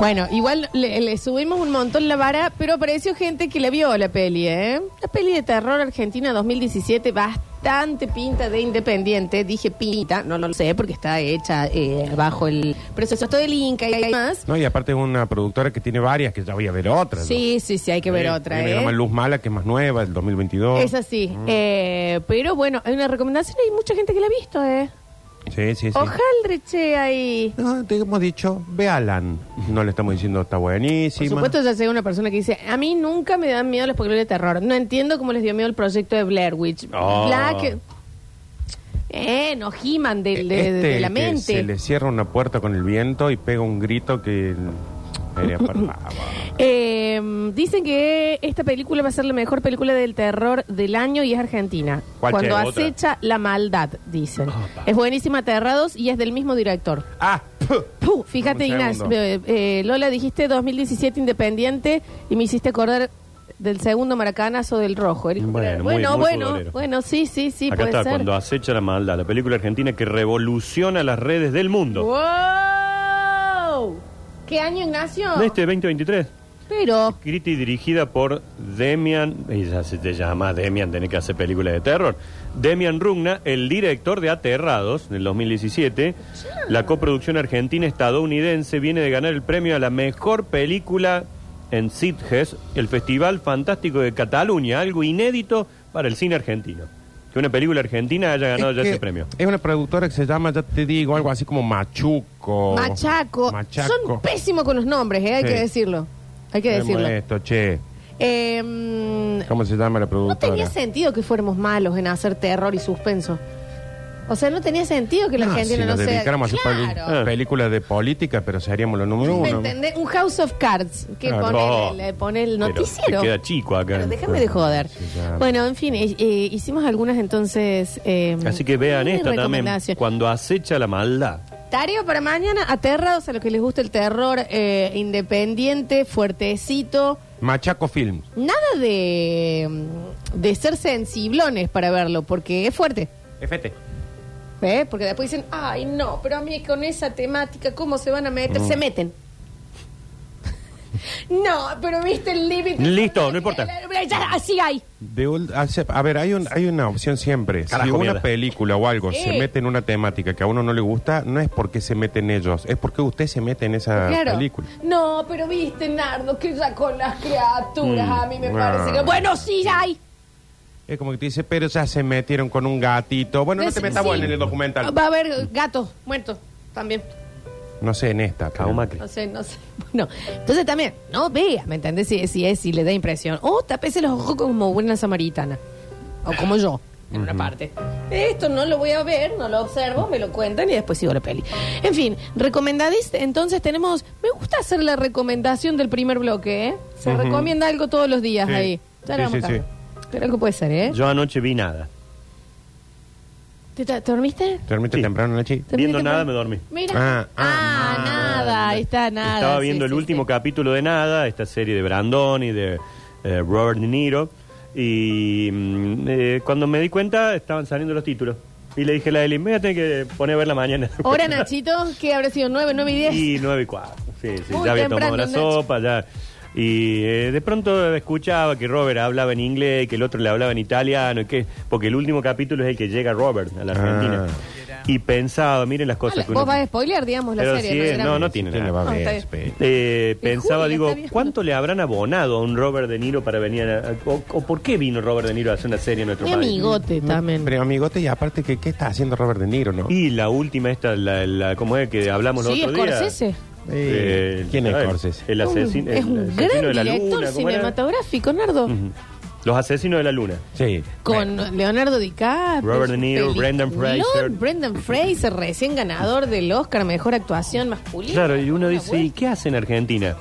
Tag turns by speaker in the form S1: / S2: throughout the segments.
S1: Bueno, igual le, le subimos un montón la vara, pero apareció gente que la vio la peli, ¿eh? La peli de terror argentina 2017, bastante pinta de independiente. Dije pinta, no lo sé, porque está hecha eh, bajo el proceso todo del Inca y demás.
S2: No, y aparte es una productora que tiene varias, que ya voy a ver otras. ¿no?
S1: Sí, sí, sí, hay que ver
S2: Eh,
S1: otra,
S2: Hay una que se llama Mm.
S1: ¿eh?
S2: Luz Mala, que es más nueva, del 2022.
S1: Es así. Eh, pero bueno, hay una recomendación y hay mucha gente que la ha visto, ¿eh?
S2: Sí, sí, sí.
S1: Ojalá, che, ahí.
S2: No, te hemos dicho, ve Alan. No le estamos diciendo, está
S1: Por
S2: buenísima.
S1: supuesto, ya llega una persona que dice: A mí nunca me dan miedo las películas de terror. No entiendo cómo les dio miedo el proyecto de Blair Witch.
S2: Oh.
S1: La que- Eh, no giman de, de-
S2: Este,
S1: de la
S2: el que Se
S1: mente.
S2: le cierra una puerta con el viento y pega un grito que. Era para-
S1: Eh, dicen que esta película va a ser la mejor película del terror del año y es argentina.
S2: ¿Cuál,
S1: Cuando
S2: che? Otra.
S1: acecha la maldad, dicen.
S2: Opa.
S1: Es buenísima, Aterrados, y es del mismo director.
S2: Ah, puh.
S1: Puh, fíjate,
S2: Un
S1: Inés,
S2: segundo.
S1: eh, eh, Lola, dijiste 2017 independiente y me hiciste acordar del segundo maracanazo del rojo. Eric.
S3: Bueno, muy- muy
S1: bueno,
S3: futbolero.
S1: bueno, sí, sí, sí,
S3: Acá
S1: puede
S3: está,
S1: ser.
S3: cuando acecha la maldad, la película argentina que revoluciona las redes del mundo.
S1: ¡Wow! ¿Qué año, Ignacio?
S3: De este 2023.
S1: Pero,
S3: Escrita y dirigida por Demian, ella se te llama Demian, tenés que hacer películas de terror. Demian Rugna, el director de Aterrados del 2017, la coproducción argentina-estadounidense viene de ganar el premio a la mejor película en Sitges, el Festival Fantástico de Cataluña, algo inédito para el cine argentino. Que una película argentina haya ganado
S2: Es
S3: Ah, ya
S2: que
S3: ese premio.
S2: Es una productora que se llama, ya te digo, algo así como Machuco.
S1: Machaco,
S2: Oh, Machaco.
S1: son pésimos con los nombres, eh, hay
S2: Sí.
S1: que decirlo. Hay que
S2: Vemos
S1: decirlo.
S2: esto, che.
S1: Eh, mm,
S2: ¿Cómo se llama la
S1: no
S2: productora?
S1: tenía sentido que fuéramos malos en hacer terror y suspenso. O sea, no tenía sentido que la
S2: No,
S1: Argentina
S2: Ah, si
S1: no
S2: nos
S1: sea.
S2: dedicáramos a hacer peli-
S1: Claro.
S2: películas de política, pero seríamos los número
S1: ¿Me
S2: uno.
S1: entendés? Un House of Cards que
S2: Claro.
S1: pone,
S3: Oh.
S1: el, eh, pone el
S3: Pero
S1: noticiero.
S3: te queda chico acá.
S1: Pero déjame de joder.
S2: Sí, claro.
S1: Bueno, en fin, eh, eh, hicimos algunas entonces. eh,
S3: Así que vean
S1: eh,
S3: esta también.
S1: recomendaciones.
S3: Cuando acecha la maldad.
S1: Tarea para mañana, aterrados a los que les gusta el terror eh, independiente, fuertecito.
S2: Machaco Films.
S1: Nada de, mm, de ser sensiblones para verlo, porque es fuerte.
S2: FT.
S1: ¿eh? Porque después dicen, ay, no, pero a mí con esa temática, ¿cómo se van a meter?
S2: Mm.
S1: Se meten. no, pero viste el límite.
S3: Listo, no importa.
S1: Ya, así hay.
S2: De ul- hace- a ver, hay, un- hay una opción siempre. si
S3: Carajo,
S2: una
S3: mierda.
S2: película o algo
S1: Sí.
S2: se mete en una temática que a uno no le gusta, no es porque se meten ellos, es porque usted se mete en esa
S1: Claro.
S2: Ah, película.
S1: No, pero viste, Nardo, que ya con las criaturas
S2: Mm.
S1: a mí me
S2: no.
S1: parece que. Bueno, sí, ya hay.
S2: Es como que te dice, pero ya se metieron con un gatito. Bueno, no
S1: Es-
S2: te metas
S1: sí. Ah,
S2: vos en el documental.
S1: Va a haber gatos muertos también.
S2: No sé, en esta. pero-
S3: Cabo Macri.
S1: No sé, no sé. Bueno, entonces también, no vea, ¿me entendés? Si, si es, si le da impresión. O tapese los ojos como buena samaritana. O como yo, en una parte. Esto no lo voy a ver, no lo observo, me lo cuentan y después sigo la peli. En fin, recomendadís, entonces tenemos... Me gusta hacer la recomendación del primer bloque, ¿eh? Se
S2: Ujú.
S1: recomienda algo todos los días
S2: Sí.
S1: ahí. Ya
S2: Sí,
S1: lo vamos
S2: sí,
S1: a ver. Pero algo puede ser, ¿eh?
S3: Yo anoche vi nada.
S1: ¿Te, te- te dormiste?
S2: ¿Te dormiste
S3: Sí.
S2: temprano, Nachi?
S1: ¿Te
S3: Viendo
S1: dormiste
S3: nada
S1: temprano?
S3: me dormí.
S1: Mira. Ah,
S2: Ah, ah,
S1: nada, ahí está nada.
S3: Estaba
S1: sí,
S3: viendo el
S1: sí,
S3: último
S1: sí.
S3: capítulo de Nada, esta serie de Brandon y de eh, Robert De Niro. Y mm, eh, cuando me di cuenta, estaban saliendo los títulos. Y le dije a la Eli, me voy a tener que poner a ver la mañana.
S1: Hora, Nachito, que habrá sido 9, 9 y 10.
S3: Y 9 y 4. Sí, sí,
S1: Muy
S3: ya había
S1: temprano,
S3: tomado la
S1: Nacho.
S3: sopa, ya. Y eh, de pronto escuchaba que Robert hablaba en inglés, que el otro le hablaba en italiano, y que, porque el último capítulo es el que llega Robert
S2: Ah.
S3: a la Argentina. Y pensaba, miren las
S1: Ah,
S3: cosas
S1: la-
S3: que
S1: vos
S3: uno...
S1: vas a spoilear, digamos, la
S3: Pero
S1: serie.
S3: sí es,
S1: Será-
S3: no, no tiene
S2: ¿Quién le
S3: nada.
S2: va a
S1: Ah,
S2: ver?
S1: está bien.
S2: Pe-
S3: Eh,
S1: El
S3: pensaba,
S1: Julio
S3: digo,
S1: está viendo.
S3: ¿cuánto le habrán abonado a un Robert De Niro para venir a, o, o por qué vino Robert De Niro a hacer una serie en nuestro
S1: Mi
S3: país?
S1: amigote también.
S2: Pero amigote, y aparte, que ¿qué está haciendo Robert De Niro, no?
S3: Y la última esta, la, la- ¿cómo es que hablamos el
S1: sí,
S3: otro día?
S1: Scorsese.
S3: Eh,
S2: ¿Quién es
S3: a ver,
S2: Scorsese?
S3: El asesino,
S1: Un- es
S3: el
S1: un
S3: asesino de
S1: gran
S3: la
S1: director
S3: luna, ¿cómo era? Mm.
S1: cinematográfico, Nardo.
S3: Ujú. Los asesinos de la luna.
S2: Sí.
S1: Con Leonardo DiCaprio.
S3: Robert De Niro,
S1: Peli-
S3: Brendan Fraser.
S1: Lord Brendan Fraser, recién ganador del Oscar Mejor Actuación Masculina.
S3: Claro, y uno
S1: Una
S3: dice, ¿y
S1: vuelta.
S3: qué hace en Argentina?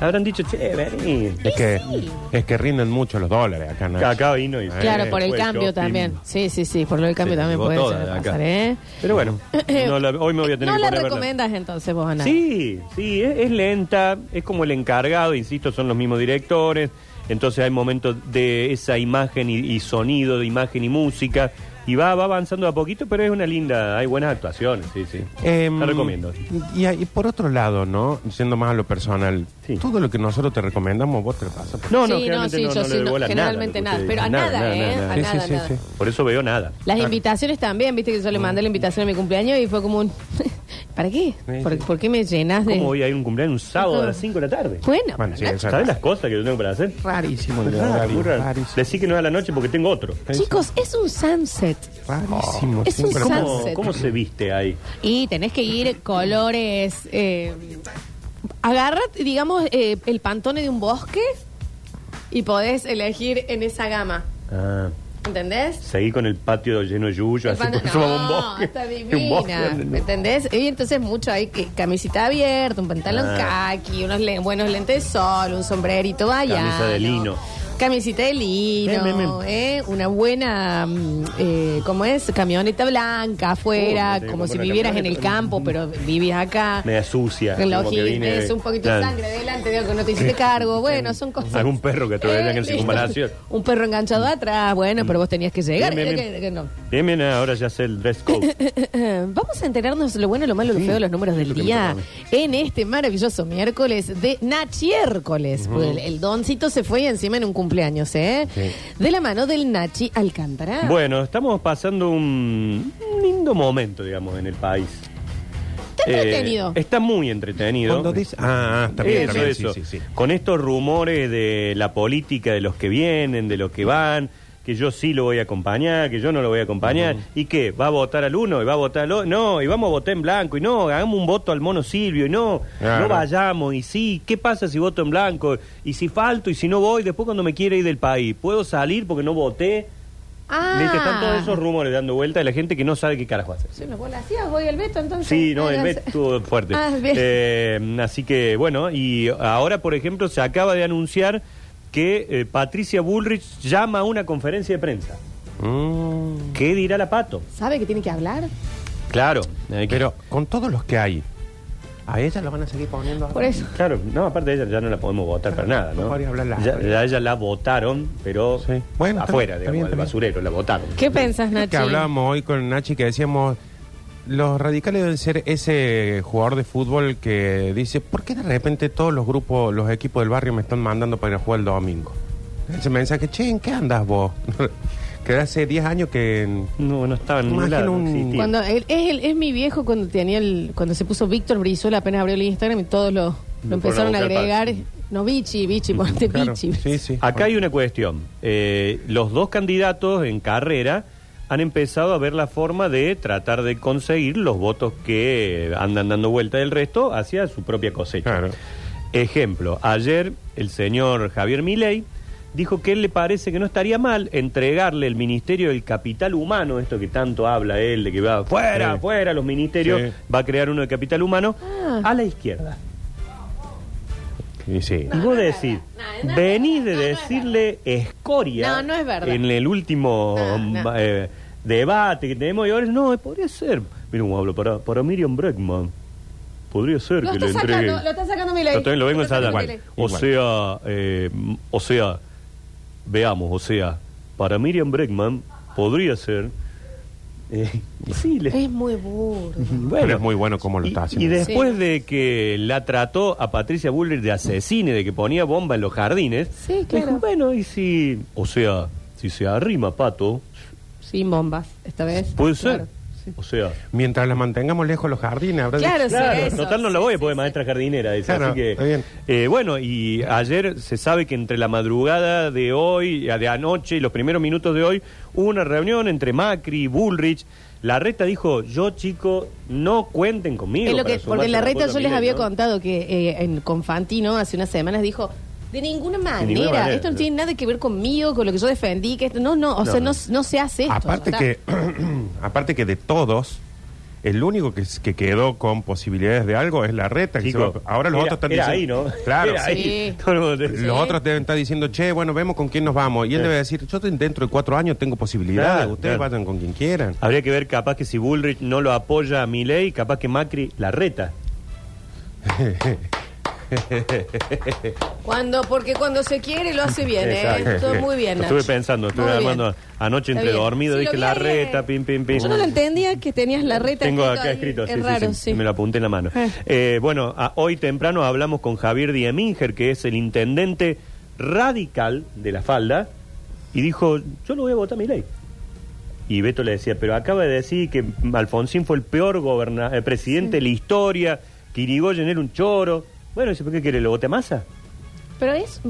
S3: Habrán dicho, che, vení.
S2: Es que,
S1: sí.
S2: es que rinden mucho los dólares acá, Nachi.
S3: Acá vino y...
S1: Claro, por el
S3: "Eh, fue
S1: cambio
S3: shopping.
S1: también. Sí, sí, sí, por lo del cambio
S3: Se
S1: también
S3: llevó
S1: puede
S3: toda
S1: ser
S3: de acá.
S1: pasar, ¿eh?
S3: Pero bueno, no la- hoy me voy a tener
S1: no
S3: que
S1: la
S3: poner a verla.
S1: recomendas entonces vos, Ana.
S3: Sí, sí, es, es lenta, es como el encargado, insisto, son los mismos directores, entonces hay momentos de esa imagen y, y sonido, de imagen y música, Y va, va avanzando a poquito, pero es una linda, hay buenas actuaciones, sí, sí.
S2: Em,
S3: Te recomiendo.
S2: Y, y por otro lado, ¿no? Yendo más a lo personal,
S3: Sí.
S2: todo lo que nosotros te recomendamos, vos te lo pasas. por-
S3: No, no,
S1: sí, no,
S3: generalmente
S1: sí, yo
S3: no
S1: sí,
S3: le
S1: no,
S3: bola nada a lo
S1: generalmente
S3: que
S1: nada,
S3: ustedes
S1: pero a
S3: dicen.
S1: nada, ¿eh?
S3: nada.
S1: A
S2: Sí,
S1: nada,
S2: sí, sí,
S1: nada.
S2: sí.
S3: Por eso veo nada.
S1: Las invitaciones también, viste que yo le
S3: Mm.
S1: mandé la invitación a mi cumpleaños y fue como un... ¿Para qué? ¿Por, por qué me llenas de...?
S3: ¿Cómo voy a ir a un cumpleaños un sábado a las 5 de la tarde?
S1: Bueno, eh,
S2: Bueno, sí, eso
S3: ¿Sabes
S2: es
S3: las cosas que yo tengo para hacer?
S2: rarísimo. el
S3: Rarísimo.
S2: horario, rarísimo.
S3: Decí que no es a la noche porque tengo otro.
S1: chicos, es un sunset.
S2: Rarísimo.
S1: Es un
S2: siempre-
S1: sábado.
S3: ¿Cómo,
S1: Sunset.
S3: cómo se viste ahí?
S1: Y tenés que ir colores... Eh, agarra, digamos, eh, el pantone de un bosque y podés elegir en esa gama.
S3: Ah,
S1: ¿Entendés?
S3: seguí con el patio lleno de yuyo,
S1: El
S3: así
S1: pan-
S3: porque somos un
S1: no,
S3: bosque.
S1: está
S3: Un bosque.
S1: divina, ¿me entendés? Y entonces mucho hay que camisita abierta, un pantalón
S3: Ah.
S1: caqui, unos le- buenos lentes de sol, un sombrerito vaya.
S3: Camisa de lino.
S1: Camisita de lino,
S3: Ven, ven, ven.
S1: ¿eh? una buena, mm, eh, ¿cómo es? Camioneta blanca
S3: Uy,
S1: afuera,
S3: me tengo
S1: como
S3: que
S1: si
S3: comprar
S1: vivieras en el
S3: camioneta.
S1: campo, pero vivís acá.
S3: Media sucia.
S1: En la
S3: como que
S1: ojiva,
S3: vine-
S1: ves, un poquito
S3: Claro.
S1: de sangre delante, digo que no te hiciste cargo. Bueno, son cosas.
S3: Algún perro que atropellan en
S1: Eh,
S3: circunvalación.
S1: Un perro enganchado atrás, bueno, pero vos tenías que llegar.
S3: Bien, bien,
S1: era que- que no.
S3: Bien, bien, ahora ya sé el dress code.
S1: Eh, Vamos a enterarnos lo bueno, lo malo, lo feo, los números del día en este maravilloso miércoles de Nachiércoles. Pues el, el doncito se fue encima en un cumpleaños, ¿eh? De la mano del Nachi Alcántara.
S3: Bueno, estamos pasando un un lindo momento, digamos, en el país.
S1: Está
S3: Eh,
S1: entretenido.
S3: está muy entretenido.
S2: Cuando dice- Ah, ah, está bien,
S3: Eso,
S2: está bien,
S3: eso.
S2: sí, sí, sí.
S3: Con estos rumores de la política, de los que vienen, de los que van, que yo sí lo voy a acompañar, que yo no lo voy a acompañar, y que va a votar al uno y va a votar al otro, no, y vamos a votar en blanco, y no, hagamos un voto al mono Silvio, y no,
S2: Claro.
S3: no vayamos, y sí, ¿qué pasa si voto en blanco? Y si falto, y si no voy, después cuando me quiera ir del país, ¿puedo salir porque no voté?
S1: Ah.
S3: Viste, están todos esos rumores dando vuelta de la gente que no sabe qué carajo hacer.
S1: Yo no, vos la hacías, voy al Beto entonces.
S3: Sí, no,
S1: Ah,
S3: el
S1: no
S3: mes
S1: sé.
S3: estuvo fuerte.
S1: Ah, bien.
S3: Eh, así que, bueno, y ahora, por ejemplo, se acaba de anunciar que eh, Patricia Bullrich llama a una conferencia de prensa.
S2: Mm,
S3: ¿Qué dirá la pato?
S1: ¿Sabe que tiene que hablar?
S3: Claro,
S2: pero con todos los que hay, a ella la van a seguir poniendo.
S1: Por eso.
S3: Claro, no, aparte de ella ya no la podemos votar para nada, ¿no?
S2: No podría hablarla.
S3: Ya, ya ella la votaron, pero
S2: Sí. Bueno, está
S3: afuera,
S2: bien, está
S3: digamos,
S2: bien,
S3: del
S2: está
S3: basurero, la votaron.
S1: ¿Qué pensás, Nachi?
S2: Que hablábamos hoy con Nachi que decíamos, los radicales deben ser ese jugador de fútbol que dice, ¿por qué de repente todos los grupos, los equipos del barrio me están mandando para ir a jugar el domingo? Ese mensaje, che, ¿en qué andas vos? que hace 10 años que...
S3: No, no estaba en ningún
S2: Imagino
S3: lado, no
S2: un-
S3: existía.
S1: Cuando él- es, el- es mi viejo cuando tenía el, cuando se puso Víctor Brizuela apenas abrió el Instagram y todos lo, lo
S3: Lo
S1: empezaron
S3: fueron
S1: a
S3: a buscar para-
S1: agregar. No, bichi, bichi, ponte
S2: Claro,
S1: bichi.
S2: sí, sí.
S3: Acá hay una cuestión. Eh, los dos candidatos en carrera han empezado a ver la forma de tratar de conseguir los votos que andan dando vuelta del resto hacia su propia cosecha.
S2: Claro.
S3: Ejemplo, ayer el señor Javier Milei dijo que él le parece que no estaría mal entregarle el Ministerio del Capital Humano, esto que tanto habla él, de que va fuera,
S2: Sí.
S3: fuera los ministerios,
S2: Sí.
S3: va a crear uno de Capital Humano,
S1: Ah.
S3: a la izquierda.
S2: Y sí.
S3: Y vos decís,
S1: verdad. No, no es
S3: venís de
S1: verdad. No, no es
S3: decirle escoria
S1: No, no es verdad.
S3: en el último
S1: No, no.
S3: eh, debate que tenemos y ahora no, eh, podría ser. Mira cómo hablo, para, para Miriam Bregman. Podría ser
S1: Lo
S3: que le
S1: está
S3: entregue.
S1: sacando, lo está sacando Milei.
S3: Yo también lo vengo
S1: Lo está
S3: ensayando.
S1: sacando
S3: O
S2: Igual.
S3: sea, eh, o sea, veamos, o sea, para Miriam Bregman podría ser. eh, sí, le,
S1: Es muy burdo.
S3: bueno,
S2: Pero es muy bueno cómo lo
S3: y-
S2: está haciendo.
S3: Y después
S1: Sí.
S3: de que la trató a Patricia Bullrich de asesina, de que ponía bomba en los jardines,
S1: Sí, claro.
S3: dijo, bueno, y si, o sea, si se arrima Pato,
S1: Sin bombas, esta vez.
S3: puede
S1: Claro.
S3: ser. O sea,
S2: Mientras las mantengamos lejos los jardines, habrá
S1: Claro,
S2: dicho-
S3: claro,
S1: eso,
S3: total no la
S1: sí,
S3: voy a
S1: sí,
S3: poder
S1: sí.
S3: maestra jardinera, dice,
S2: Claro,
S3: así que
S2: está bien.
S3: eh, bueno, y ayer se sabe que entre la madrugada de hoy, eh, de anoche y los primeros minutos de hoy, hubo una reunión entre Macri y Bullrich. La reta dijo, yo chico, no cuenten conmigo.
S1: Es lo
S3: para
S1: que,
S3: sumarse
S1: porque en la
S3: a
S1: reta
S3: foto
S1: yo les
S3: Milei,
S1: había
S3: ¿no?
S1: contado que eh, en, con Fantino hace unas semanas dijo. De ninguna, manera,
S3: manera,
S1: esto no
S3: sí.
S1: tiene nada que ver conmigo, con lo que yo defendí, que esto, no, no, o
S3: No,
S1: sea,
S3: no.
S1: no, no se hace esto.
S2: Aparte
S1: ya está.
S2: que, aparte que de todos, el único que, s- que quedó con posibilidades de algo es la reta. que
S3: Chico,
S2: se va- ahora los
S3: era-
S2: otros están
S3: era
S2: diciendo.
S3: ahí, ¿no?
S2: Claro.
S3: Era ahí.
S1: Sí.
S3: Todo el mundo te-
S2: Los
S1: Sí.
S2: otros deben estar diciendo, che, bueno, vemos con quién nos vamos. Y él
S3: Sí.
S2: debe decir, yo te- dentro de cuatro años tengo posibilidades.
S3: Claro,
S2: Ustedes
S3: claro.
S2: vayan con quien quieran.
S3: Habría que ver capaz que si Bullrich no lo apoya a Milei, capaz que Macri la reta.
S1: Cuando, porque cuando se quiere lo hace bien, ¿eh?
S3: Exacto.
S1: Todo muy bien.
S3: Lo Estuve
S1: Nacho.
S3: pensando, estuve
S1: Muy bien.
S3: armando anoche
S1: Está
S3: entre
S1: bien.
S3: dormido,
S1: Sí, lo
S3: dije
S1: vi
S3: la
S1: ayer.
S3: reta, pim, pim, pim.
S1: Yo no lo entendía que tenías la reta.
S3: Tengo
S1: escrito
S3: acá
S1: ahí.
S3: escrito, sí,
S1: Es
S3: sí,
S1: raro,
S3: sí, me lo apunté en la mano.
S1: Eh.
S3: Eh, bueno, a- hoy temprano hablamos con Javier Dieminger, que es el intendente radical de La Falda, y dijo, yo lo voy a votar a mi ley. Y Beto le decía, pero acaba de decir que Alfonsín fue el peor goberna- eh, presidente de la historia, que Irigoyen era un choro. Bueno, dice, ¿por qué quiere? ¿Lo vote a Massa?
S1: Pero es.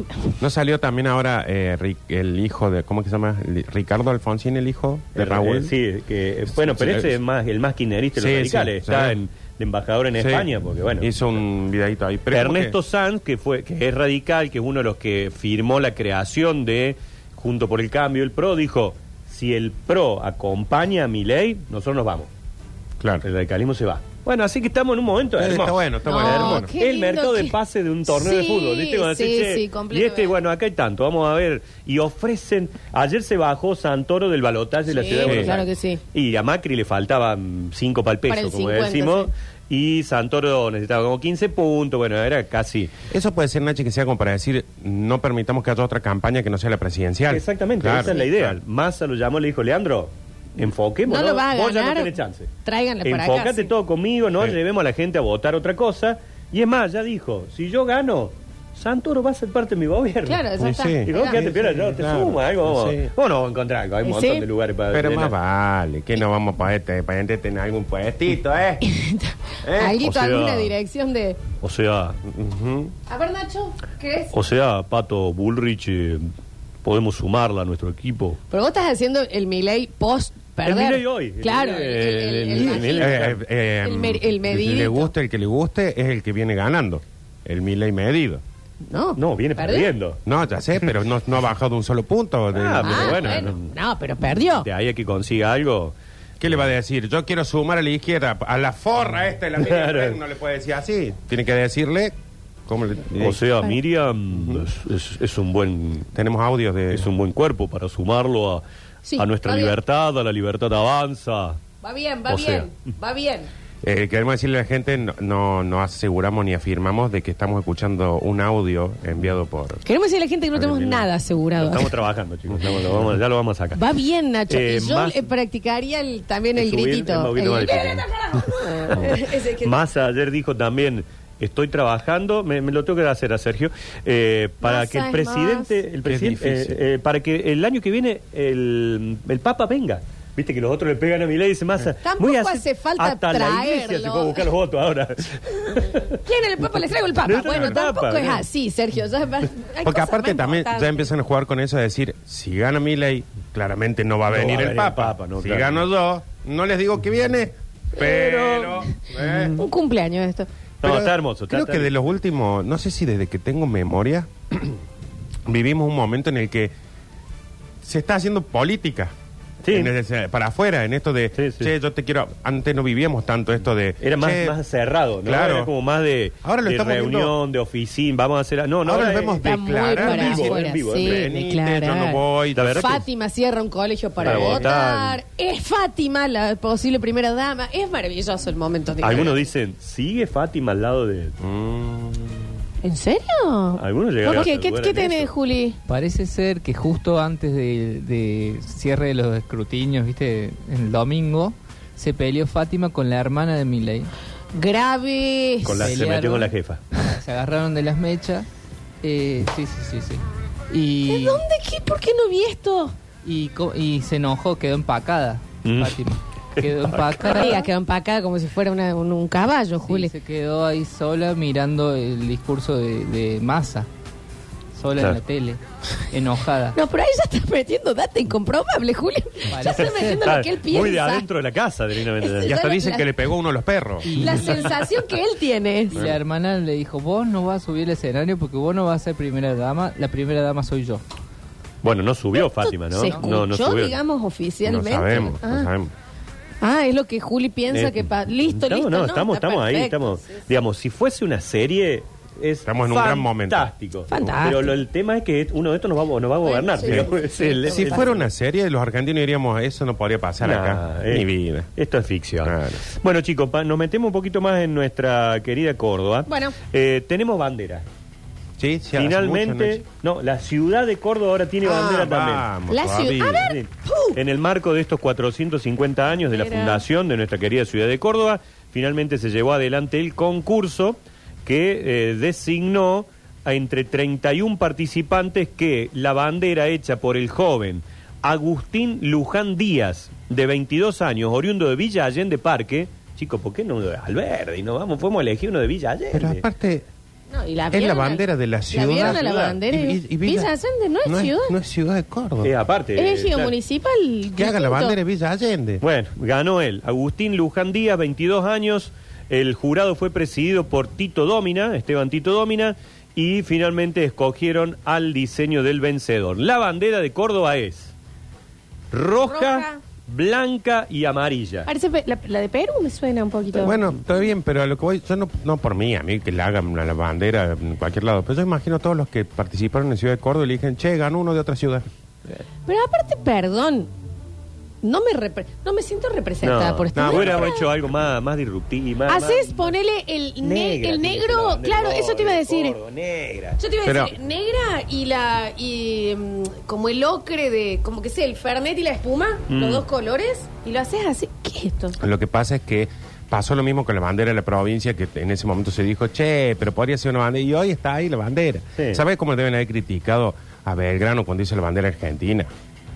S2: ¿No salió también ahora eh, Ri- el hijo de, ¿cómo que se llama? Li- Ricardo Alfonsín, el hijo de
S3: Eh,
S2: Raúl.
S3: eh, sí, que, eh, bueno, pero
S2: Sí,
S3: ese
S2: sí.
S3: es más, el más kirchnerista de los
S2: Sí,
S3: radicales.
S2: sí,
S3: Está
S2: sí.
S3: en, de embajador en
S2: Sí.
S3: España, porque bueno.
S2: Hizo un videito ahí. Pero es como
S3: Ernesto
S2: que-
S3: Sanz, que, fue, que es radical, que es uno de los que firmó la creación de Junto por el Cambio, el PRO, dijo, si el PRO acompaña a mi ley, nosotros nos vamos.
S2: Claro.
S3: El radicalismo se va. Bueno, así que estamos en un momento
S2: Está
S3: hermoso.
S2: bueno, está
S1: No,
S2: bueno.
S3: Hermoso.
S2: hermano.
S1: qué
S3: el
S1: lindo
S3: mercado de
S1: que-
S3: pase de un torneo de
S1: Sí,
S3: fútbol, ¿viste? Cuando
S1: sí,
S3: decís,
S1: sí,
S3: "Che, y
S1: completamente.
S3: este, bueno, acá hay tanto, vamos a ver. Y ofrecen, ayer se bajó Santoro del balotaje de la
S1: Sí,
S3: ciudad de Buenos
S1: claro
S3: Aires.
S1: que sí.
S3: Y a Macri le faltaban 5 para el peso,
S1: Para el
S3: como
S1: 50,
S3: decimos.
S1: sí.
S3: Y Santoro necesitaba como 15 puntos, bueno, era casi...
S2: Eso puede ser, Nachi, que sea como para decir, no permitamos que haya otra campaña que no sea la presidencial.
S3: Exactamente,
S2: Claro.
S3: esa es la idea. Massa lo llamó, le dijo, Leandro, enfoquemos.
S1: No lo va a
S3: Vos ya no
S1: ganar,
S3: tenés chance.
S1: tráiganla para acá,
S3: Enfócate
S1: sí.
S3: todo conmigo, no
S2: Sí.
S3: llevemos a la gente a votar otra cosa. Y es más, ya dijo, si yo gano, Santoro va a ser parte de mi gobierno.
S1: Claro, ya
S2: Sí,
S1: está.
S2: sí.
S3: Y vos
S1: Era.
S3: quedate piola, yo te
S2: Claro.
S3: sumo algo. vamos.
S2: Sí.
S3: Vos no vas a encontrar algo, hay un
S1: Y
S3: montón
S1: sí.
S3: de lugares para
S2: Pero más
S3: llenar.
S2: vale, que no vamos para este, para este tener algún puestito, ¿eh? ¿Eh?
S1: Alguito,
S3: O sea-
S1: alguna dirección de.
S3: O sea,
S2: Ujú.
S1: A ver, Nacho, ¿qué es?
S3: o sea, Pato Bullrich, eh, podemos sumarla a nuestro equipo.
S1: Pero vos estás haciendo el Milei post perder.
S3: El Milei hoy.
S1: Claro.
S3: El-
S1: El, Eh, el- el-
S3: el-
S1: el-
S3: el-
S1: el-
S2: Eh, eh, eh,
S1: El mer- el medidito.
S2: Le guste el que le guste, es el que viene ganando. El Milei medido.
S1: no,
S3: No, viene
S1: ¿Perdió?
S3: perdiendo.
S2: No, ya sé, pero no, no ha bajado un solo punto. De-
S3: Ah,
S1: Ah,
S3: Pero bueno,
S1: bueno, No, pero perdió.
S3: De ahí a que consiga algo.
S2: ¿Qué le va a decir? Yo quiero sumar a la izquierda, a la forra esta, de la Miriam
S3: Claro.
S2: Bregg, no le puede decir así. Tiene que decirle, ¿cómo le-
S3: O sea, Miriam es, es- es un buen
S2: tenemos audios de...
S3: es un buen cuerpo para sumarlo a,
S1: Sí,
S3: a nuestra
S1: está bien.
S3: libertad, a la libertad avanza.
S1: Va bien, va
S3: O sea.
S1: bien, va bien.
S2: Eh, queremos decirle a la gente, no, no, no aseguramos ni afirmamos de que estamos escuchando un audio enviado por...
S1: Queremos decirle a la gente que no
S2: Está
S1: tenemos
S2: bien, bien.
S1: nada
S3: Lo
S1: asegurado.
S3: estamos trabajando, chicos. estamos- lo vamos- ya lo vamos a sacar.
S1: Va bien, Nacho.
S3: Eh,
S1: y yo
S3: más-
S1: eh, practicaría el- también
S3: Es
S1: el
S3: subir, es un
S1: gritito. eh.
S3: poquito
S1: El-
S3: más difícil.
S1: Ese que-
S3: Massa ayer dijo también, estoy trabajando, me, me lo tengo que hacer a Sergio, eh, para
S1: Massa
S3: que el
S1: es
S3: presidente, el
S2: Es
S3: presidente
S2: difícil.
S3: eh, eh, para que el año que viene el, el Papa venga. Viste que los otros le pegan a mi ley y dice Massa.
S1: Tampoco
S3: voy a
S1: hace falta
S3: hasta la iglesia se
S1: traerlo.
S3: puede buscar los votos ahora.
S1: ¿Quién es el papa? Les traigo el
S3: Les
S1: papa.
S3: traigo
S1: Bueno,
S3: el
S1: tampoco
S3: papa,
S1: es
S3: ¿no?
S1: así, Sergio. Ya va- hay
S2: Porque
S1: cosas
S2: aparte
S1: más
S2: también ya
S1: importantes.
S2: empiezan a jugar con eso de decir, si gana Milei, claramente no va a
S3: No
S2: venir
S3: va a
S2: el
S3: venir
S2: Papa.
S3: el Papa, no,
S2: si
S3: claro.
S2: gano yo, no les digo que viene, pero... ¿eh?
S1: Un cumpleaños esto.
S3: No,
S2: Pero
S3: está hermoso. está-
S2: Creo
S3: está-
S2: que de los últimos, no sé si desde que tengo memoria, vivimos un momento en el que se está haciendo política.
S3: Sí.
S2: En el- para afuera, en esto de,
S3: Sí, sí.
S2: che, yo te quiero. Antes no vivíamos tanto esto de.
S3: Era más,
S2: "Che,
S3: más cerrado, ¿no?
S2: Claro.
S3: Era como más de,
S2: Ahora lo
S3: de
S2: estamos
S3: reunión,
S2: viendo.
S3: de oficina, vamos a hacer... No, eh, no,
S2: Ahora lo
S3: es-
S2: vemos
S1: Está muy
S2: declarar
S1: para
S2: en vivo,
S1: afuera,
S3: en vivo, en
S1: sí,
S3: vivo.
S2: Venite,
S1: declarar.
S2: yo no voy.
S3: La verdad que-
S1: Fátima cierra un colegio para,
S3: Para votar.
S1: votar. Es Fátima la posible primera dama. Es maravilloso el momento. de-
S3: Algunos dicen, sigue Fátima al lado de...
S1: ¿En serio?
S3: Algunos llegaron
S1: ¿Por qué?
S3: a
S1: ¿Qué,
S3: saludar
S1: qué
S3: en
S1: tenés,
S3: eso.
S1: Juli?
S4: Parece ser que justo antes de, de cierre de los escrutinios, viste, el domingo, se peleó Fátima con la hermana de Milei.
S1: Grave.
S3: Con la, se
S4: Pelearon.
S3: metió con la jefa.
S4: Se agarraron de las mechas. Eh, sí, sí, sí, sí. Y,
S1: ¿De dónde? ¿Qué? ¿Por qué no vi esto?
S4: y, co- y se enojó, quedó empacada
S3: Mm.
S4: Fátima. Quedó
S1: No
S4: empacada.
S1: digas que empacada como si fuera una- un, un caballo,
S4: Sí,
S1: Juli.
S4: se quedó ahí sola mirando el discurso de, de Massa. Sola
S3: Claro.
S4: en la tele, enojada.
S1: No, pero ahí ya estás metiendo data incomprobable, Juli. Ya
S4: Parece
S1: estás
S4: ser.
S1: metiendo
S3: Está
S1: lo que él piensa.
S3: muy de adentro de la casa, directamente.
S1: Es-
S2: Y hasta
S1: Yo la-
S2: dicen
S1: la-
S2: que le pegó uno a los perros.
S4: Y-
S1: La sensación que él tiene.
S4: Y la hermana le dijo, vos no vas a subir al escenario porque vos no vas a ser primera dama, la primera dama soy yo.
S3: Bueno, no subió Fátima, ¿no?
S1: ¿Se escuchó,
S3: no, no subió.
S1: digamos,
S2: No
S1: oficialmente?
S2: sabemos,
S1: ah.
S2: no sabemos.
S1: Ah, es lo que Juli piensa
S3: Eh,
S1: que... pa- Listo,
S3: estamos-
S1: listo,
S3: No, estamos,
S1: está
S3: estamos ahí,
S1: perfecto.
S3: estamos. Digamos, si fuese una serie, es
S2: Estamos en un gran momento.
S3: fantástico.
S1: Fantástico.
S3: Pero lo- el tema es que uno de estos nos va, a- nos va a gobernar.
S1: sí.
S3: digamos, es el-
S2: Si
S3: el-
S2: fuera una serie, los argentinos diríamos, eso no podría pasar
S3: Nah,
S2: acá.
S3: eh,
S2: Ni vida.
S3: Esto es ficción.
S2: Claro.
S3: Bueno, chicos, pa- nos metemos un poquito más en nuestra querida Córdoba.
S1: Bueno.
S3: Eh, tenemos bandera.
S2: Sí, sí, hace mucho,
S3: Finalmente,
S2: Nachi.
S3: no, la ciudad de Córdoba ahora tiene
S2: Ah,
S3: bandera también.
S2: vamos,
S1: La
S2: todavía.
S1: ciudad- a ver.
S3: Sí.
S1: ¡Pu!
S3: En el marco de estos 450 años de la
S1: Mira.
S3: fundación de nuestra querida ciudad de Córdoba, finalmente se llevó adelante el concurso que eh, designó a entre 31 participantes que la bandera hecha por el joven Agustín Luján Díaz, de 22 años, oriundo de Villa Allende Parque. Chicos, ¿por qué no de Alberdi? No vamos, podemos elegir uno de Villa Allende.
S2: Pero aparte,
S1: No, y la
S2: es la
S1: vieron-
S2: bandera de la ciudad.
S1: La vieron a la
S3: Ciudad.
S1: bandera. Y,
S2: y- y
S1: Villa Allende no es ciudad.
S2: No es ciudad de Córdoba.
S3: Eh, aparte,
S1: es ejido
S3: claro.
S1: municipal.
S2: que haga la
S1: distinto.
S2: bandera de Villa Allende.
S3: Bueno, ganó él. Agustín Luján Díaz, 22 años. El jurado fue presidido por Tito Domina, Esteban Tito Domina, y finalmente escogieron al diseño del vencedor. La bandera de Córdoba es roja,
S1: Roja. Ah,
S3: blanca y amarilla.
S1: Parece pe- la, la de Perú me suena un poquito.
S2: Bueno, está bien, pero a lo que voy, yo no, no por mí, a mí que le hagan una- la bandera en cualquier lado, pero yo imagino todos los que participaron en Ciudad de Córdoba y le dijeron, che, ganó uno de otra ciudad.
S1: Pero aparte, perdón. No me, repre- no me siento representada por este esta
S3: no,
S1: bandera.
S3: hubiéramos hecho algo más, más disruptivo. Más,
S1: Haces,
S3: más-
S1: ponele el, ne-
S3: Negra
S1: el
S3: tiene que ser la
S1: negro.
S3: bandera
S1: Claro,
S3: de
S1: eso te iba a
S3: Córdoba,
S1: decir.
S3: Córdoba, negra.
S1: Yo te iba a
S2: Pero-
S1: decir, negra y la. y mm, como el ocre de. como que sé, el fernet y la espuma,
S3: Mm.
S1: los dos colores, y lo haces así. ¿Qué es esto?
S2: Lo que pasa es que pasó lo mismo con la bandera de la provincia, que en ese momento se dijo, che, pero podría ser una bandera, y hoy está ahí la bandera.
S3: Sí.
S2: ¿Sabes cómo deben haber criticado a Belgrano cuando hizo la bandera argentina?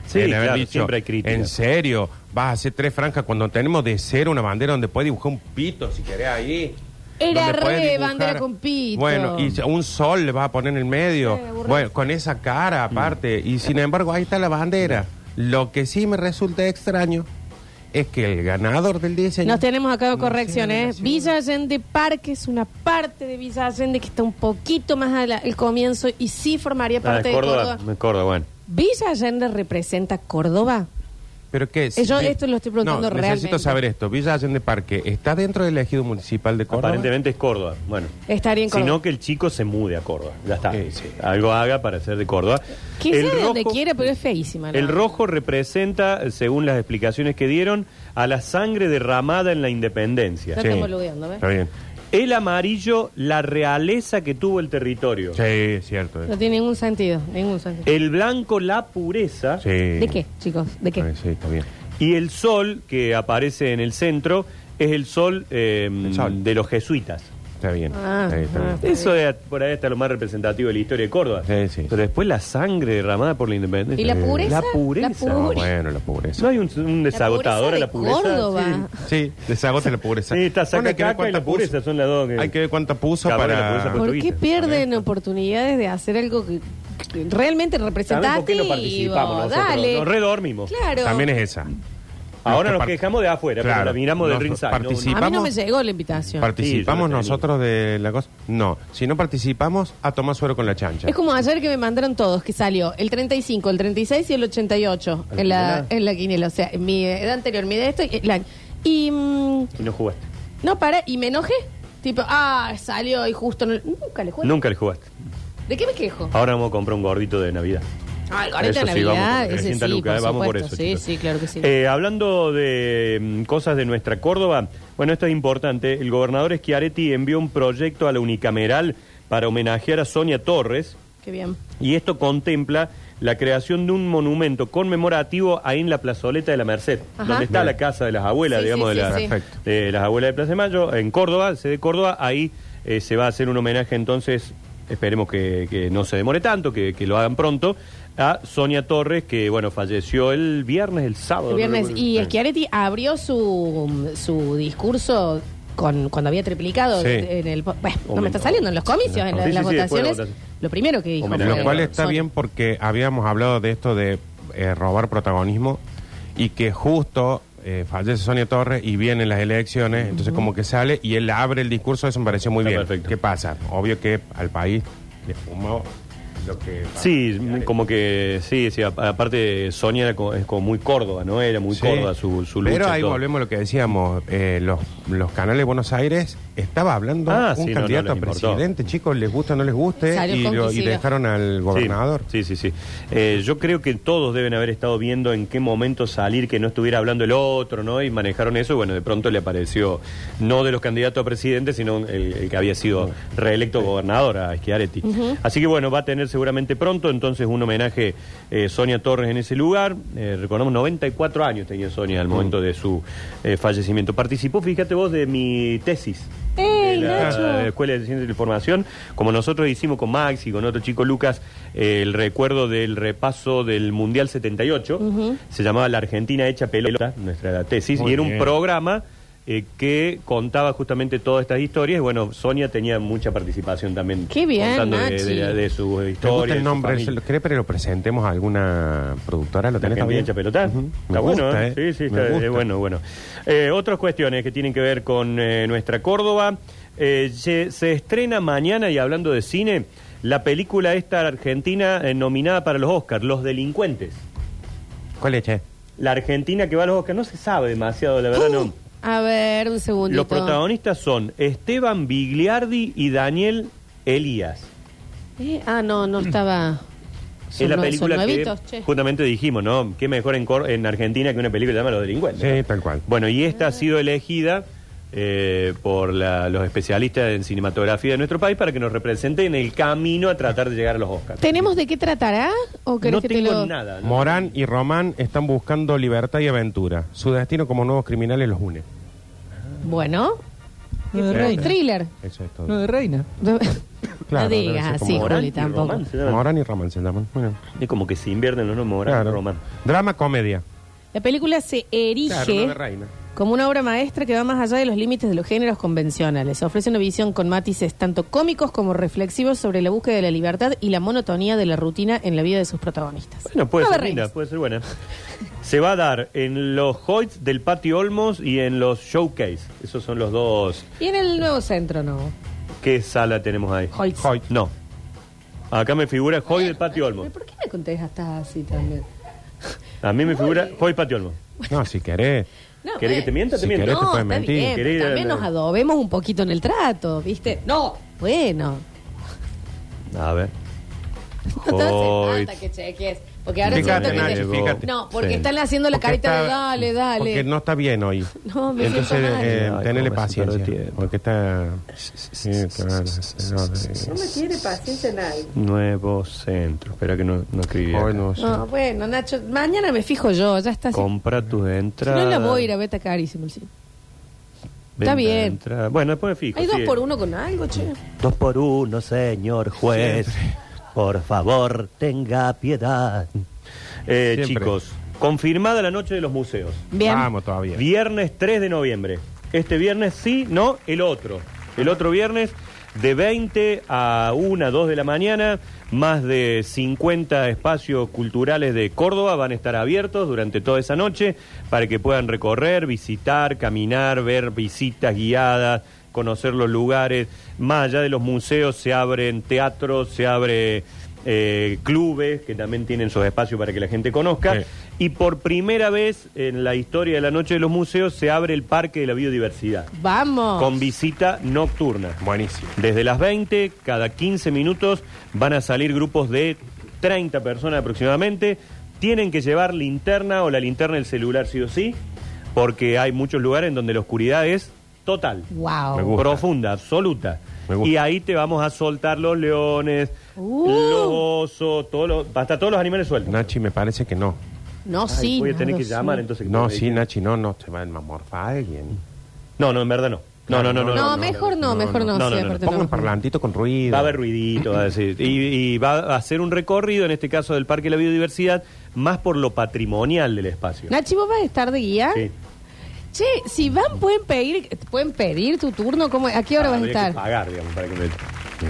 S3: Sí,
S2: Deben haber
S3: claro, siempre hay críticas.
S2: En serio, vas a hacer tres franjas cuando tenemos de cero una bandera donde puedes dibujar un pito si querés ahí.
S1: Era
S2: Donde
S1: re
S2: podés dibujar-
S1: bandera con pito.
S2: Bueno, y un sol le vas a poner en el medio.
S1: Sí, aburrido.
S2: bueno, con esa cara aparte.
S3: Mm.
S2: Y sin embargo, ahí está la bandera. Lo que sí me resulta extraño es que el ganador del diseño.
S1: Nos tenemos acá de
S2: No,
S1: correcciones.
S2: sí, no, sí.
S1: Villa Allende Parque es una parte de Villa Allende que está un poquito más al comienzo y sí formaría
S3: Ah,
S1: parte
S3: Córdoba,
S1: de Córdoba.
S3: Córdoba, bueno.
S1: ¿Villa Allende representa Córdoba?
S2: ¿Pero qué es?
S1: Eh, yo
S2: Vi-
S1: esto lo estoy preguntando
S2: no,
S1: realmente.
S2: Necesito saber esto. Villa Allende Parque, ¿está dentro del ejido municipal de Córdoba?
S3: Aparentemente es Córdoba. Bueno.
S1: Estaría en Córdoba.
S3: Sino que el chico se mude a Córdoba. Ya está.
S2: Sí, sí.
S3: Algo haga para ser de Córdoba.
S1: Que
S3: El
S1: sea de donde
S3: rojo-
S1: quiera, pero es feísima. ¿no?
S3: El rojo representa, según las explicaciones que dieron, a la sangre derramada en la independencia.
S1: Ya están boludeando, ¿ves?
S2: Está bien.
S3: El amarillo, la realeza que tuvo el territorio.
S2: Sí, es cierto.
S1: No tiene ningún sentido, ningún sentido.
S3: El blanco, la pureza.
S2: Sí.
S1: ¿De qué, chicos? ¿De qué?
S2: Ah, Sí, está bien.
S3: Y el sol, que aparece en el centro, es el sol, eh,
S2: El sol.
S3: de los jesuitas.
S2: Está bien.
S1: Ah,
S2: Ahí está
S1: ah.
S2: bien.
S3: Eso es, por ahí está lo más representativo de la historia de Córdoba.
S2: Sí, sí.
S3: Pero después la sangre derramada por la independencia.
S1: ¿Y la
S3: Sí.
S1: pureza?
S3: La
S1: La
S3: pureza.
S2: Ah,
S1: pureza.
S2: bueno, la pobreza.
S3: No hay un, un desagotador a
S1: de
S3: la pureza.
S1: Córdoba.
S3: Sí.
S2: Sí, desagote la pobreza.
S3: Sí, está saca
S2: Bueno, hay que ver
S3: caca y
S2: cuánta
S3: la pureza,
S2: puso.
S3: son las dos que-
S2: Hay que ver cuánta puso
S3: Cabrón, la
S2: para.
S3: pureza con
S1: ¿Por qué
S3: Twitter,
S1: pierden oportunidades de hacer algo que que realmente
S3: ¿Saben
S1: representativo?
S3: por qué no participamos nosotros?
S1: Dale.
S3: Nos redormimos.
S1: Claro.
S2: También es esa.
S3: Ahora
S2: Nos
S3: nos
S2: par-
S3: quejamos de afuera,
S2: Claro.
S3: pero la miramos del
S2: Nos
S3: ringside.
S2: participa-
S1: A mí no me
S2: Vamos.
S1: llegó la invitación.
S2: ¿Participamos
S3: Sí, yo lo tenía.
S2: nosotros de la cosa? No. Si no participamos, a tomar suero con la chancha.
S1: Es como ayer que me mandaron todos, que salió el 35, el 36 y el 88 en la,
S3: ¿Alguna?
S1: en la quiniela. O sea, en mi edad anterior, mi edad esto y el año. Y mm,
S3: no- Y no jugaste.
S1: no, para, y me enojé. Tipo, ah, salió y justo no- nunca le juego.
S3: Nunca le jugaste.
S1: ¿De qué me quejo?
S3: Ahora vamos a comprar un gordito de Navidad.
S1: Ah, el gorrito
S3: Eso
S1: de
S3: sí, vamos
S1: Navidad,
S3: por-
S1: ese
S3: 300
S1: sí,
S3: lucas,
S1: por
S3: eh, vamos por
S1: supuesto.
S3: eso,
S1: Sí,
S3: chicos.
S1: sí, claro que sí.
S3: Eh, hablando de mm, cosas de nuestra Córdoba, bueno, esto es importante. El gobernador Schiaretti envió un proyecto a la unicameral para homenajear a Sonia Torres,
S1: Qué bien.
S3: Y esto contempla la creación de un monumento conmemorativo ahí en la plazoleta de la Merced,
S1: Ajá.
S3: donde está
S2: Bien.
S3: la casa de las abuelas,
S1: Sí,
S3: digamos,
S1: sí,
S3: de,
S1: sí,
S3: la-
S1: sí.
S2: Perfecto.
S3: de las abuelas de Plaza de Mayo, en Córdoba, sede Córdoba. Ahí eh, se va a hacer un homenaje, entonces esperemos que, que no se demore tanto, que, que lo hagan pronto, a Sonia Torres, que, bueno, falleció el viernes, el sábado.
S1: El
S3: no
S1: viernes.
S3: recuerdo.
S1: Y Schiaretti abrió su, su discurso con, cuando había triplicado
S2: Sí.
S1: en el. Bueno, no me
S3: Homen-
S1: está saliendo en los comicios, en la-
S3: Sí,
S1: en las
S3: sí, sí, después de la
S1: votaciones.
S3: votación.
S1: Lo primero que dijo.
S3: Homenaje.
S1: fue-
S2: Lo cual está
S1: Sonia.
S2: bien porque habíamos hablado de esto de eh, robar protagonismo y que justo eh, fallece Sonia Torres y vienen las elecciones, entonces como que sale y él abre el discurso, eso me pareció muy
S3: Está
S2: bien.
S3: perfecto.
S2: ¿Qué pasa? Obvio que al país le fumó lo que...
S3: Sí, como que sí, sí. a- Aparte, Sonia era co- es como muy Córdoba, ¿no? Era muy
S2: Sí.
S3: Córdoba su, su lucha.
S2: Pero
S3: y
S2: ahí
S3: todo.
S2: volvemos a lo que decíamos. eh, los, los canales de Buenos Aires estaba hablando
S3: Ah,
S2: un
S3: sí, no,
S2: candidato
S3: no
S2: a
S3: les importó.
S2: presidente. Chicos, les gusta o no les guste.
S1: Salió
S2: Y,
S1: con
S2: lo-
S1: que
S2: y
S1: siga.
S2: dejaron al gobernador.
S3: Sí, sí, sí. Eh, yo creo que todos deben haber estado viendo en qué momento salir, que no estuviera hablando el otro, ¿no? Y manejaron eso. Y bueno, de pronto le apareció, no de los candidatos a presidente, sino el, el que había sido reelecto gobernador, a Schiaretti. Así que bueno, va a tener seguramente pronto entonces un homenaje eh, Sonia Torres en ese lugar. Eh, recordamos, 94 años tenía Sonia al momento de su eh, fallecimiento. Participó, fíjate vos, de mi tesis
S1: ¡Ey,
S3: de la
S1: Nacho!
S3: Escuela de Ciencias de la Información, como nosotros hicimos con Max y con otro chico Lucas, eh, el recuerdo del repaso del Mundial 78, se llamaba La Argentina hecha pelota, nuestra tesis,
S2: Muy
S3: y era
S2: bien.
S3: un programa eh, que contaba justamente todas estas historias. y Bueno, Sonia tenía mucha participación también.
S1: Qué bien,
S3: contando de, de,
S1: Nachi.
S3: de su
S2: ¿Te gusta
S3: historia.
S2: el nombre?
S3: de
S2: ¿Se
S3: su familia.
S2: lo cree, pero lo presentemos a alguna productora? ¿Lo
S3: La
S2: tenés también?
S3: Argentina hecha pelota.
S2: Ujú. Me
S3: Está bueno,
S2: gusta,
S3: ¿eh?
S2: ¿eh?
S3: Sí, sí,
S2: Me
S3: está
S2: gusta.
S3: eh, bueno, bueno. Eh, otras cuestiones que tienen que ver con eh, nuestra Córdoba. Eh, se, se estrena mañana, y hablando de cine, la película esta argentina eh, nominada para los Oscars, Los Delincuentes.
S2: ¿Cuál es, che?
S3: La Argentina que va a los Oscars no se sabe demasiado, la
S1: Uh,
S3: verdad, no.
S1: A ver, un segundito.
S3: Los protagonistas son Esteban Bigliardi y Daniel Elías.
S1: Eh, ah, no, no estaba...
S3: es
S1: Son
S3: la
S1: nue-
S3: película
S1: son
S3: que
S1: nuevitos, che.
S3: justamente dijimos, ¿no? Qué mejor en, Cor- en Argentina que una película que se llama Los Delincuentes.
S2: Sí,
S3: ¿no?
S2: tal cual.
S3: Bueno, y esta ha sido elegida eh, por la- los especialistas en cinematografía de nuestro país para que nos represente en el camino a tratar de llegar a los Oscars.
S1: ¿Tenemos de qué tratará? ¿O querés
S3: no
S1: que
S3: tengo
S1: te lo...
S3: nada. ¿no?
S2: Morán y Román están buscando libertad y aventura. Su destino como nuevos criminales los une.
S1: Bueno,
S4: No
S2: Pero-
S4: de
S1: un
S4: reina.
S1: thriller.
S2: Eso es todo.
S4: No de reina.
S2: Claro,
S1: no
S2: debe
S1: digas
S2: ser como
S1: así,
S3: Morán
S1: Juli,
S3: y
S1: tampoco.
S3: Román, se llama.
S2: Morán y Román se llaman. Bueno,
S3: Es como que se invierten los nombres Morán
S2: claro.
S3: Román.
S2: Drama, comedia.
S1: La película se
S2: Claro, no
S1: erige
S2: de reina.
S1: como una obra maestra que va más allá de los límites de los géneros convencionales. Ofrece una visión con matices tanto cómicos como reflexivos sobre la búsqueda de la libertad y la monotonía de la rutina en la vida de sus protagonistas.
S3: Bueno, puede
S1: No
S3: ser
S1: de
S3: linda,
S1: reinas.
S3: puede ser buena. Se va a dar en los Hoyts del Patio Olmos y en los Showcase. Esos son los dos.
S1: Y en el nuevo centro, ¿no?
S3: ¿Qué sala tenemos ahí?
S1: Hoyts.
S2: Hoyt.
S3: No. Acá me figura Hoy del Patio Olmos.
S1: Ay, ¿Por qué me contestas así también?
S3: A mí me figura Hoy Patio Olmos.
S2: No, si querés.
S1: No,
S3: ¿Querés que te mienta?
S2: Si
S3: te miento.
S2: querés, te
S1: No,
S2: puede
S1: está
S2: mentir.
S1: bien,
S3: Querés ir
S1: pero
S3: a
S1: también
S3: la-
S1: nos adobemos un poquito en el trato, ¿viste? No, bueno.
S3: A ver.
S1: No hace
S3: Hoyt.
S1: falta ah, que cheques. Porque ahora
S2: Fíjate,
S1: siento que
S2: Nacho,
S1: te-
S2: fíjate.
S1: No, porque
S3: Sí.
S1: están haciendo la
S2: Porque
S1: carita de
S2: está-
S1: dale, dale.
S2: Porque no está bien hoy.
S1: No, me siento
S2: Entonces,
S1: mal.
S2: eh, tenele
S3: Ay, cómo me supero el
S2: paciencia.
S3: tiempo.
S2: Porque está. Sí, claro, sí,
S5: No
S2: no,
S5: me tiene paciencia nadie.
S3: Nuevo centro. Espera que no, no escribí.
S2: eh,
S3: acá.
S2: hoy no sé.
S1: No, bueno, Nacho, mañana me fijo yo, ya está. Si
S3: Compra tus
S1: si
S3: entradas.
S1: no la voy a ir a Beta Carísimo. el cine.
S3: Venta de
S1: bien.
S3: entrada. Bueno, después me fijo.
S1: Hay dos
S3: sí.
S1: por uno con algo, che.
S6: Dos por uno, señor juez. Por favor, tenga piedad.
S3: Eh,
S2: Siempre.
S3: chicos, confirmada la noche de los museos.
S1: Bien.
S2: Vamos todavía.
S3: Viernes 3 de noviembre. Este viernes sí, no, el otro. El otro viernes de 20 a 1, 2 de la mañana, más de 50 espacios culturales de Córdoba van a estar abiertos durante toda esa noche para que puedan recorrer, visitar, caminar, ver visitas guiadas, conocer los lugares. Más allá de los museos se abren teatros, se abre eh, clubes que también tienen sus espacios para que la gente conozca.
S2: Sí.
S3: Y por primera vez en la historia de la Noche de los Museos se abre el Parque de la Biodiversidad,
S2: Oh.
S1: Vamos.
S3: con visita nocturna.
S2: Buenísimo.
S3: Desde las 20, cada 15 minutos, van a salir grupos de 30 personas aproximadamente. Tienen que llevar linterna o la linterna del celular sí o sí, porque hay muchos lugares en donde la oscuridad es total.
S2: Me
S1: Wow.
S2: gusta.
S3: Profunda, absoluta.
S2: Me gusta.
S3: Y ahí te vamos a soltar los leones,
S1: Uh.
S3: los osos, todos los- hasta todos los animales sueltos.
S2: Nachi, me parece que no.
S1: No,
S3: Ay,
S1: sí.
S3: voy a
S1: no
S3: tener
S1: lo
S3: que
S1: sé.
S3: llamar entonces. que
S2: No,
S3: me
S2: sí,
S3: digan.
S2: Nachi, no, no, te va a morfar alguien.
S3: No, no, en verdad no. No, no, no, no.
S1: No,
S3: no, no.
S1: mejor no, mejor no.
S3: no,
S1: sí,
S3: no, no, no.
S1: aparte
S2: Ponga un
S1: no.
S2: parlantito con ruido.
S3: Va a haber ruidito, va a decir. Y, y va a hacer un recorrido, en este caso del Parque de la Biodiversidad, más por lo patrimonial del espacio.
S1: Nachi, ¿vos vas a estar de guía?
S3: Sí.
S1: Che, si van, pueden pedir pueden pedir tu turno. ¿Cómo, ¿A qué hora vas a
S3: Habría que
S1: estar?
S3: pagar, digamos, para que me...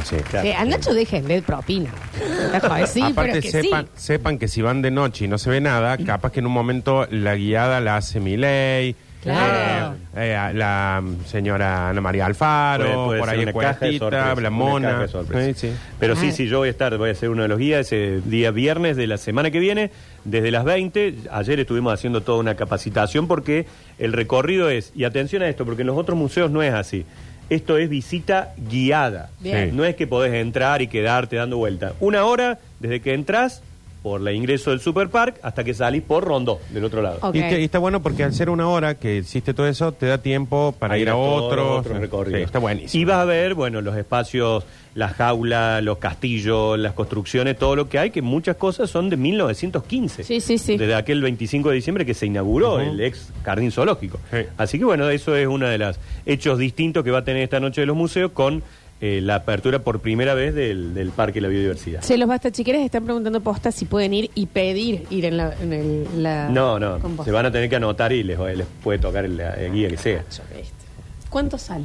S2: Sí.
S3: Claro.
S1: Eh, a Nacho déjenle propina. Está joven, sí, pero
S2: Aparte,
S1: es que
S2: sepan,
S1: sí. Mm.
S2: sepan que si van de noche y no se ve nada, capaz que en un momento la guiada la hace Miley,
S1: Claro.
S2: Eh, eh, la mm, señora Ana María Alfaro,
S3: Puede- puede
S2: por
S3: ser
S2: ahí
S3: una caja de
S2: Cuestita,
S3: sorpresa,
S2: la
S3: una
S2: Mona.
S3: caja de sorpresa.
S2: Sí, sí.
S3: Pero
S1: Ah.
S3: sí, sí, yo voy a estar, voy a ser uno de los guías ese día viernes de la semana que viene, desde las 20. Ayer estuvimos haciendo toda una capacitación porque el recorrido es, y atención a esto, porque en los otros museos no es así. Esto es visita guiada.
S1: Bien.
S3: No es que podés entrar y quedarte dando vuelta. Una hora desde que entras por la ingreso del Superpark hasta que salís por Rondó, del otro lado.
S1: Ok.
S2: Y, te- y está bueno porque al ser una hora que hiciste todo eso, te da tiempo para ir a
S3: todos
S2: otros.
S3: otros recorridos.
S2: Sí, está buenísimo.
S3: Y vas a ver, bueno, los espacios, las jaulas, los castillos, las construcciones, todo lo que hay, que muchas cosas son de 1915.
S1: Sí, sí, sí.
S3: Desde aquel 25 de diciembre que se inauguró el ex jardín zoológico.
S2: Sí.
S3: Así que bueno, eso es uno de los hechos distintos que va a tener esta noche de los museos con eh, la apertura por primera vez del, del Parque de la Biodiversidad.
S1: Se los basta chiqueres están preguntando posta si pueden ir y pedir ir en la. en el- la-
S3: No, no,
S1: con vos.
S3: se van a tener que anotar y les, les puede tocar el, el guía que sea.
S1: Yo, ¿viste? ¿Cuánto sale?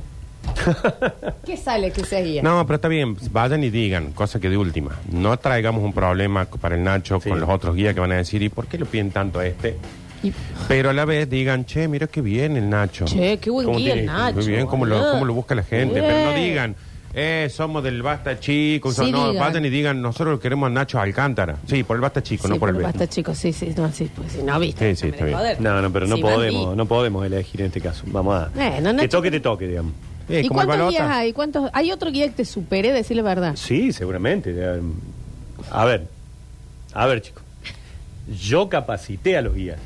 S1: ¿Qué sale que sea guía?
S2: No, pero está bien, vayan y digan, cosa que de última. No traigamos un problema c- para el Nacho
S3: Sí.
S2: con los otros guías que van a decir, ¿y por qué lo piden tanto a este?
S1: Y-
S2: Pero a la vez digan, che, mira qué bien el Nacho.
S1: Che, qué buen
S3: ¿Cómo
S1: guía el
S3: tiene?
S1: Nacho.
S2: Muy bien, cómo lo,
S1: boludo.
S2: cómo lo busca la gente.
S1: Ah, Bien.
S2: Pero no digan, eh, somos del Basta Chico.
S1: Sí,
S2: no,
S1: digan.
S2: vayan y digan, nosotros queremos a Nacho Alcántara. Sí, por el Basta Chico, no
S1: Sí,
S2: por el
S1: pero
S2: B.
S1: Basta chicos, sí, sí, no, sí, pues, sí, no viste.
S2: Sí, sí, está
S1: déjame de
S2: bien.
S1: joder.
S3: No, no, pero no
S1: Sí,
S3: podemos,
S1: Mati.
S3: no podemos elegir en este caso. Vamos a.
S1: Bueno,
S3: que
S1: Nacho-
S3: toque, te toque, digamos.
S2: Eh,
S1: ¿Y
S2: como el
S1: cuántos guías
S2: Balota.
S1: hay? ¿Cuántos? ¿Hay otro guía que te supere, decir la verdad?
S3: Sí, seguramente. ya, mm. A ver, a ver, chicos. Yo capacité a los guías.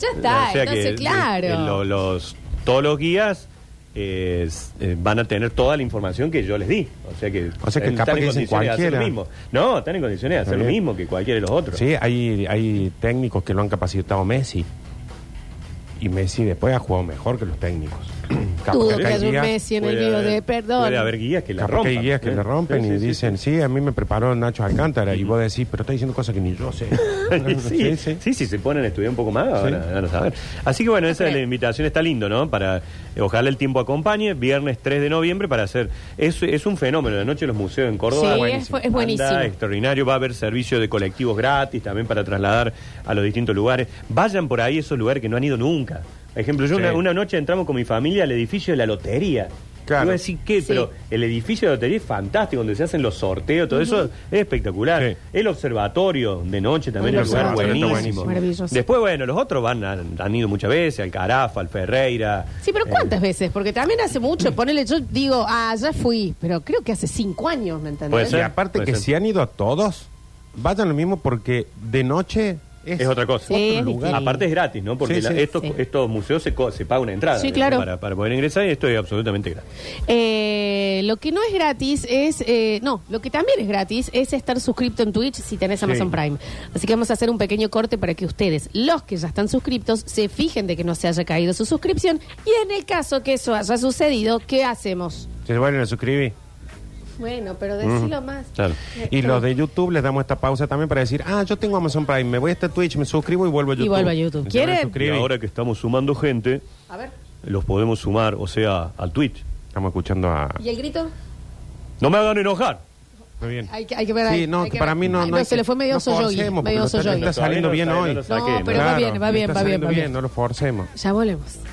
S1: Ya está,
S3: O sea que,
S1: entonces,
S3: eh,
S1: claro.
S3: eh, lo- los, todos los guías eh, s- eh, van a tener toda la información que yo les di. O sea que,
S2: O sea que
S3: eh,
S2: capaz
S3: están en
S2: que dicen
S3: condiciones de hacer lo
S2: cualquiera.
S3: mismo. No, están en condiciones de hacer
S2: Está
S3: lo
S2: bien.
S3: mismo que cualquiera de los otros.
S2: Sí, hay, hay técnicos que lo han capacitado Messi. Y Messi después ha jugado mejor que los técnicos. Capaz
S1: Dudo que
S2: hay
S1: haya un
S2: guías-
S1: Messi en el
S3: Puede
S1: lío
S3: haber-
S1: de perdón.
S3: Puede haber guías que la
S2: Capaz que
S3: rompan.
S2: hay guías que
S3: ¿eh?
S2: le rompen
S3: Sí, sí,
S2: y
S3: sí,
S2: dicen, sí, a mí me preparó Nacho Alcántara. Y vos decís, pero está diciendo cosas que ni yo sé.
S3: sí, sí, sí. se ponen a estudiar un poco más, ahora van a saber. Así que bueno, esa es la invitación, está lindo, ¿no? Para, eh, ojalá el tiempo acompañe, viernes 3 de noviembre para hacer, es, es un fenómeno, la noche de los museos en Córdoba.
S1: Sí, Buenísimo. es bu- es buenísimo.
S3: Anda extraordinario, va a haber servicio de colectivos gratis también para trasladar a los distintos lugares. Vayan por ahí a esos lugares que no han ido nunca. Por ejemplo, yo
S2: Sí.
S3: una, una noche entramos con mi familia al edificio de la lotería.
S2: Claro.
S3: Y vos decís, ¿qué?
S1: Sí.
S3: Pero el edificio de la lotería es fantástico, donde se hacen los sorteos, todo eso es espectacular.
S2: Sí.
S3: El observatorio de noche también. También
S1: Muy
S3: es un
S2: bueno,
S3: lugar
S2: está
S3: buenísimo.
S1: buenísimo. Maravilloso.
S3: Después, bueno, los otros van han, han ido muchas veces, al Carafa, al Ferreira. Eh,
S1: Sí,
S2: Eh.
S1: pero ¿cuántas veces? Porque también hace mucho, ponele, yo digo, ah, ya fui, pero creo que hace cinco años, ¿me entendés?
S3: Puede
S2: Y
S3: ser.
S2: aparte
S3: puede
S2: que
S3: ser.
S2: si han ido a todos, vayan lo mismo porque de noche es,
S3: Es otra cosa.
S1: Sí, es Otro lugar. distinto.
S3: Aparte es gratis, ¿no? Porque
S2: Sí,
S3: la-
S2: sí.
S3: estos,
S1: Sí.
S3: estos museos se, co- se paga una entrada
S1: Sí,
S3: digamos,
S1: claro.
S3: para, para poder ingresar y esto es absolutamente gratis.
S1: Eh, lo que no es gratis es, eh, no, lo que también es gratis es estar suscripto en Twitch si tenés Amazon Prime. Así que vamos a hacer un pequeño corte para que ustedes, los que ya están suscriptos, se fijen de que no se haya caído su suscripción y en el caso que eso haya sucedido, ¿qué hacemos?
S2: Se vuelven a suscribir.
S1: Bueno, pero decilo más.
S3: Claro.
S2: Y los de YouTube les damos esta pausa también para decir, ah, yo tengo Amazon Prime, me voy a este Twitch, me suscribo y vuelvo a YouTube.
S1: vuelvo a YouTube.
S2: Se
S1: ¿Quieren?
S2: van a
S3: Y
S2: suscribir.
S3: ahora que estamos sumando gente,
S1: A ver,
S3: los podemos sumar, o sea, al Twitch.
S2: Estamos escuchando a...
S1: ¿y el grito?
S3: No me hagan enojar.
S2: Muy bien.
S1: Hay que, hay que ver
S2: Sí,
S1: ahí,
S2: no,
S1: hay que
S2: para
S1: ver.
S2: mí no...
S1: Ay,
S2: no hay
S1: se
S2: que-
S1: le fue medio
S2: no
S1: soyogi, medio
S2: forcemos, porque no está-
S1: soyogi.
S2: Está saliendo bien
S3: Todavía
S2: hoy.
S3: no lo saqué,
S1: No, pero va bien, va
S2: le
S1: bien,
S2: está
S1: va bien,
S2: saliendo
S1: va bien.
S2: No lo forcemos.
S1: Ya volvemos.